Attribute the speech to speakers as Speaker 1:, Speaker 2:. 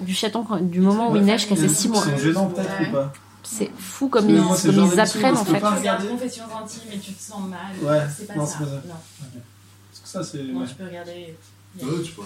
Speaker 1: du chaton quand- du moment où il neige qu'à ses 6 mois.
Speaker 2: C'est gênant peut-être
Speaker 3: Ouais.
Speaker 2: ou pas
Speaker 1: C'est fou comme
Speaker 2: Parce
Speaker 1: ils,
Speaker 2: que moi, c'est
Speaker 1: comme
Speaker 2: le genre
Speaker 1: ils
Speaker 2: d'émission où
Speaker 1: apprennent
Speaker 2: je
Speaker 1: en
Speaker 2: peux
Speaker 1: fait.
Speaker 2: pas.
Speaker 3: Tu regardes Confessions intimes et tu te sens mal.
Speaker 2: Ouais,
Speaker 3: C'est pas
Speaker 2: non,
Speaker 3: ça.
Speaker 2: c'est pas ça.
Speaker 3: Non,
Speaker 2: Parce que ça c'est.
Speaker 3: non,
Speaker 2: ouais.
Speaker 3: tu peux regarder.
Speaker 4: Ouais, tu peux